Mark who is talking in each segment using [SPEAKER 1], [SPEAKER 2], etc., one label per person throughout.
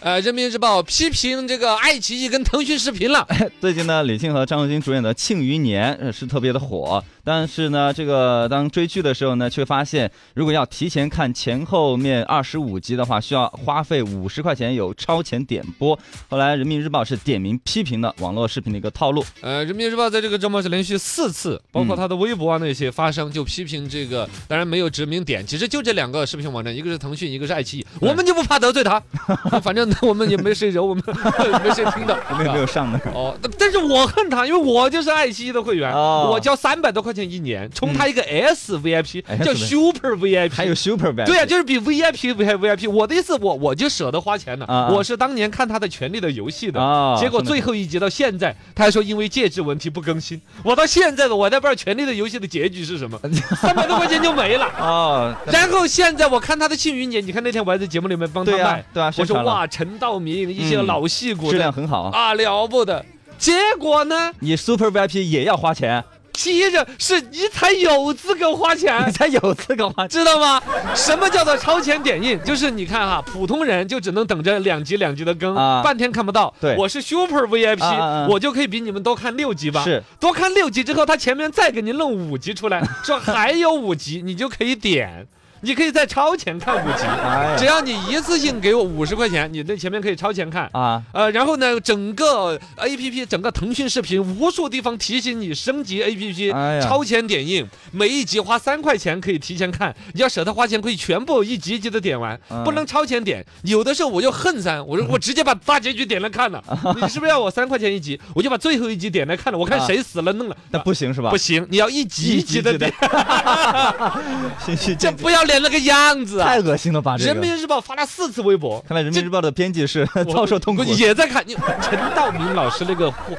[SPEAKER 1] 呃，人民日报批评这个爱奇艺跟腾讯视频了，
[SPEAKER 2] 最近呢，李沁和张艺兴主演的《庆余年》呃是特别的火，但是呢，这个当追剧的时候呢，却发现如果要提前看前后面二十五集的话，需要花费五十块钱，有超前点播。后来，《人民日报》是点名批评了网络视频的一个套路。
[SPEAKER 1] 呃，人民日报在这个周末是连续四次，包
[SPEAKER 2] 嗯
[SPEAKER 1] 括他的微博啊那些发声，就批评这个，当然没有指名点，其实就这两个视频网站，一个是腾讯，一个是爱奇艺，我们就不怕得罪 他，反正我们也没谁惹我们， 没谁听到，
[SPEAKER 2] 我们也 没有上呢。
[SPEAKER 1] 哦，但但是我恨他，因为我就是爱奇艺的会员，
[SPEAKER 2] 哦嗯
[SPEAKER 1] 我交三百多块钱一年，充他一个 S VIP，、
[SPEAKER 2] 哎
[SPEAKER 1] 叫
[SPEAKER 2] 是的
[SPEAKER 1] Super VIP，
[SPEAKER 2] 还有 Super Bad，
[SPEAKER 1] 对呀、啊就是比 VIP 还 VIP。我的意思，我我就舍得花钱了。
[SPEAKER 2] 啊啊
[SPEAKER 1] 我是当年看他的《权力的游戏》的，
[SPEAKER 2] 啊
[SPEAKER 1] 结果
[SPEAKER 2] 真的
[SPEAKER 1] 最后一集到现在，他还说因为介质问题不更新。我到现在的我还不知道《权力的游戏》的结局是什 么，三百多块钱就没了。
[SPEAKER 2] 哦，
[SPEAKER 1] 然后现在我看他的《庆余年》，你看那天我还在节目里面帮他
[SPEAKER 2] 对呀、
[SPEAKER 1] 卖，
[SPEAKER 2] 对啊，
[SPEAKER 1] 我
[SPEAKER 2] 宣
[SPEAKER 1] 说
[SPEAKER 2] 传了
[SPEAKER 1] 哇，陈道明一些
[SPEAKER 2] 嗯
[SPEAKER 1] 老戏骨
[SPEAKER 2] 质
[SPEAKER 1] 的、
[SPEAKER 2] 量很好。
[SPEAKER 1] 啊，了不得。结果呢，
[SPEAKER 2] 你 Super VIP 也要花钱，
[SPEAKER 1] 接着是你才有资格花钱
[SPEAKER 2] 你。才有资格花钱。
[SPEAKER 1] 知道吗？什么叫做超前点映？就是你看哈，普通人就只能等着两集两集的更，
[SPEAKER 2] 啊
[SPEAKER 1] 半天看不到。
[SPEAKER 2] 对
[SPEAKER 1] 我是 Super VIP，、
[SPEAKER 2] 啊啊啊
[SPEAKER 1] 我就可以比你们多看六集吧。
[SPEAKER 2] 是，
[SPEAKER 1] 多看六集之后，他前面再给您弄五集 出来，说还有五集，你就可以点，你可以在超前看五集，
[SPEAKER 2] 哎呀
[SPEAKER 1] 只要你一次性给我五十块钱，你那前面可以超前看。
[SPEAKER 2] 啊，
[SPEAKER 1] 呃，然后呢，整个呃 A P P，整个腾讯视频无数地方提醒你升级 A P P，、
[SPEAKER 2] 哎呀
[SPEAKER 1] 超前点映，每一集花三块钱可以提前看，你要舍得花钱，可以全部一集一集的点完，
[SPEAKER 2] 嗯
[SPEAKER 1] 不能超前点。有的时候我就恨三，我 说我直接把大结局点了看了，你是不是要我三块钱一集？我就把最后一集点来看了，我看
[SPEAKER 2] 啊
[SPEAKER 1] 谁死了弄了。
[SPEAKER 2] 那不行是吧？
[SPEAKER 1] 不行，你要一集一集的点，
[SPEAKER 2] 行行
[SPEAKER 1] 这
[SPEAKER 2] 行，
[SPEAKER 1] 不要脸那个样子啊
[SPEAKER 2] 太！恶心了吧？这个
[SPEAKER 1] 人民日报发了四次微博，
[SPEAKER 2] 看来人民日报的编辑是
[SPEAKER 1] 我
[SPEAKER 2] 遭受痛苦
[SPEAKER 1] 我。也在看你 陈道明老师那个货，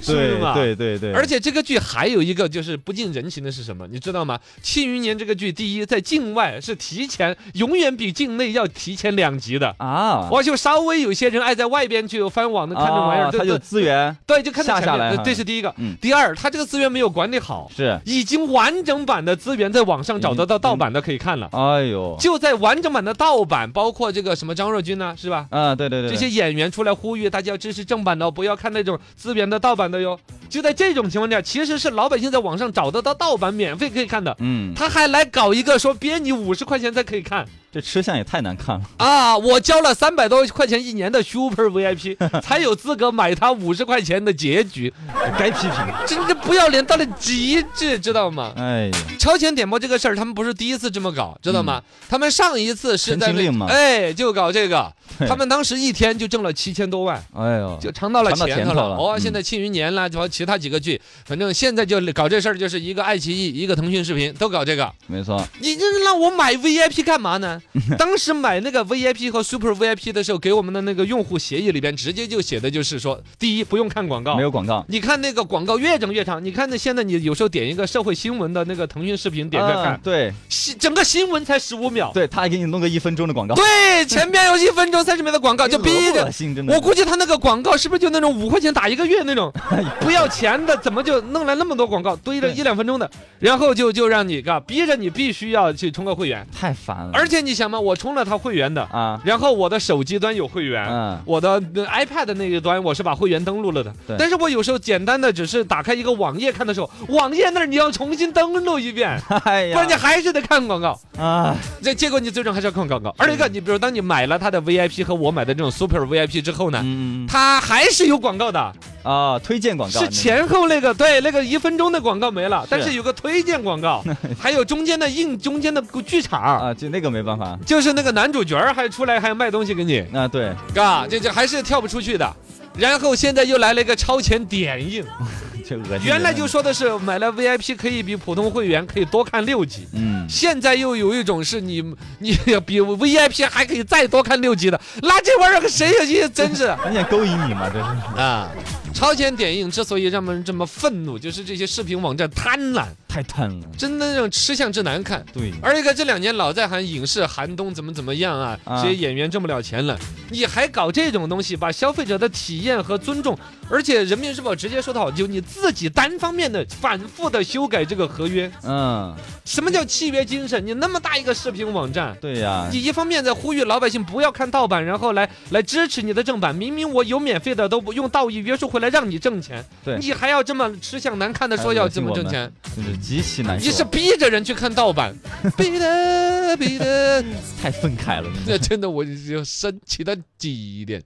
[SPEAKER 1] 是
[SPEAKER 2] 对
[SPEAKER 1] 吗？
[SPEAKER 2] 对对对，
[SPEAKER 1] 而且这个剧还有一个就是不近人情的是什么？你知道吗？《庆余年》这个剧，第一在境外是提前，永远比境内要提前两集的。
[SPEAKER 2] 啊，
[SPEAKER 1] 我就稍微有些人爱在外边去翻网的看这玩意儿，
[SPEAKER 2] 啊
[SPEAKER 1] 对
[SPEAKER 2] 它有
[SPEAKER 1] 对
[SPEAKER 2] 资源
[SPEAKER 1] 对，就看得
[SPEAKER 2] 下
[SPEAKER 1] 前
[SPEAKER 2] 下
[SPEAKER 1] 面
[SPEAKER 2] 来
[SPEAKER 1] 呃
[SPEAKER 2] 哈
[SPEAKER 1] 这是第一个
[SPEAKER 2] 嗯。
[SPEAKER 1] 第二，他这个资源没有管理好，
[SPEAKER 2] 是，
[SPEAKER 1] 已经完整版的资源在网上找得到
[SPEAKER 2] 已经
[SPEAKER 1] 盗版的可以看了，
[SPEAKER 2] 哎呦，
[SPEAKER 1] 就在完整版的盗版，包括这个什么张若昀呢，是吧？
[SPEAKER 2] 啊，对对对，
[SPEAKER 1] 这
[SPEAKER 2] 对
[SPEAKER 1] 些演员出来呼吁大家要支持正版的哦，不要看那种资源的盗版的哟。就在这种情况下，其实是老百姓在网上找得到盗版，免费可以看的。
[SPEAKER 2] 嗯，
[SPEAKER 1] 他还来搞一个说编你五十块钱才可以看
[SPEAKER 2] 这吃相也太难 看了，
[SPEAKER 1] 啊！我交了三百多块钱一年的 Super VIP，才有资格买他五十块钱的结局，
[SPEAKER 2] 该批评。
[SPEAKER 1] 真是不要脸到了极致，知道吗？
[SPEAKER 2] 哎呀，
[SPEAKER 1] 超前点播这个事儿，他们不是第一次这么搞，知道吗？他们上一次是在
[SPEAKER 2] 陈嗯情令嘛
[SPEAKER 1] 哎，就搞这个，
[SPEAKER 2] 对
[SPEAKER 1] 他们当时一天就挣了七千多万。
[SPEAKER 2] 哎呦，
[SPEAKER 1] 就尝到了
[SPEAKER 2] 尝到
[SPEAKER 1] 甜
[SPEAKER 2] 甜
[SPEAKER 1] 头
[SPEAKER 2] 头
[SPEAKER 1] 了。
[SPEAKER 2] 了
[SPEAKER 1] 哦，
[SPEAKER 2] 嗯
[SPEAKER 1] 现在《庆余年》啦，包其他几个剧，反正现在就搞这事儿，就是一个爱奇艺，一个腾讯视频都搞这个。
[SPEAKER 2] 没错，
[SPEAKER 1] 你这让我买 VIP 干嘛 呢？当时买那个 VIP 和 Super VIP 的时候，给我们的那个用户协议里边直接就写的就是说，第一不用看广告
[SPEAKER 2] 没。有广告，
[SPEAKER 1] 你看那个广告越整越长，你看那现在你有时候点一个社会新闻的那个腾讯视频点开
[SPEAKER 2] 啊
[SPEAKER 1] 看，
[SPEAKER 2] 对
[SPEAKER 1] 新整个新闻才十五秒，
[SPEAKER 2] 对，他还给你弄个一分钟的广告，
[SPEAKER 1] 对，前边有一分钟三十秒的广告，就
[SPEAKER 2] 你
[SPEAKER 1] 逼
[SPEAKER 2] 恶不
[SPEAKER 1] 着
[SPEAKER 2] 恶心，真的，
[SPEAKER 1] 我估计他那个广告是不是就那种五块钱打一个月那 种
[SPEAKER 2] 哎呀，
[SPEAKER 1] 不要钱的，怎么就弄来那么多广告，堆了
[SPEAKER 2] 对
[SPEAKER 1] 一两分钟的，然后就就让你嘎，逼着你必须要去充个会员，
[SPEAKER 2] 太烦了，
[SPEAKER 1] 而且你想嘛，我充了他会员的，
[SPEAKER 2] 嗯啊，
[SPEAKER 1] 然后我的手机端有会员。
[SPEAKER 2] 嗯，
[SPEAKER 1] 我的呃 iPad 那一端我是把会员登录了的
[SPEAKER 2] 对，
[SPEAKER 1] 但是我有时候简单的只是打开一个网页看的时候，网页那儿你要重新登录一遍，
[SPEAKER 2] 哎
[SPEAKER 1] 不
[SPEAKER 2] 呀，
[SPEAKER 1] 然你还是得看广告。
[SPEAKER 2] 啊，
[SPEAKER 1] 这结果你最终还是要看广告。二一个，你比如当你买了他的 VIP 和我买的这种 Super VIP 之后呢，
[SPEAKER 2] 嗯嗯
[SPEAKER 1] 它还是有广告的，
[SPEAKER 2] 嗯啊，推荐广告
[SPEAKER 1] 是前后那个对那个一分钟的广告没了，但是有个推荐广告， 还有中间的硬中间的剧
[SPEAKER 2] 那
[SPEAKER 1] 场。
[SPEAKER 2] 个啊，就那个没办法
[SPEAKER 1] 就是那个男主角儿还出来还卖东西给你，
[SPEAKER 2] 啊，对，
[SPEAKER 1] 嘎，这这还是跳不出去的。然后现在又来了一个超前点 映，
[SPEAKER 2] 这恶心人的。
[SPEAKER 1] 原来就说的是买了 VIP 可以比普通会员可以多看六集，
[SPEAKER 2] 嗯，
[SPEAKER 1] 现在又有一种是你你比 VIP 还可以再多看六集的，那这玩意儿跟谁有意思？真是
[SPEAKER 2] 人家勾引你嘛，这是。
[SPEAKER 1] 啊！朝鲜电影之所以让人这么愤怒，就是这些视频网站贪婪，
[SPEAKER 2] 太贪了。
[SPEAKER 1] 真的让吃相之难看。
[SPEAKER 2] 对，
[SPEAKER 1] 而一个这两年老在喊影视寒冬怎么怎么样啊，
[SPEAKER 2] 啊
[SPEAKER 1] 这些演员挣不了钱了，你还搞这种东西，把消费者的体验和尊重，而且人民日报直接说的好，就你自己单方面的反复的修改这个合约，
[SPEAKER 2] 嗯，
[SPEAKER 1] 什么叫契约精神？你那么大一个视频网站。
[SPEAKER 2] 对呀
[SPEAKER 1] 你，一方面在呼吁老百姓不要看盗版，然后来来支持你的正版。明明我有免费的，都不用道义约束回来让你挣钱，
[SPEAKER 2] 对
[SPEAKER 1] 你还要这么吃相难看的说
[SPEAKER 2] 还
[SPEAKER 1] 要
[SPEAKER 2] 恶
[SPEAKER 1] 怎
[SPEAKER 2] 心
[SPEAKER 1] 么
[SPEAKER 2] 我
[SPEAKER 1] 挣
[SPEAKER 2] 们
[SPEAKER 1] 钱？
[SPEAKER 2] 就是极其难受。
[SPEAKER 1] 你是逼着人去看盗 版，逼的逼的，
[SPEAKER 2] 太愤慨了，
[SPEAKER 1] 那真的我就生气的底一点。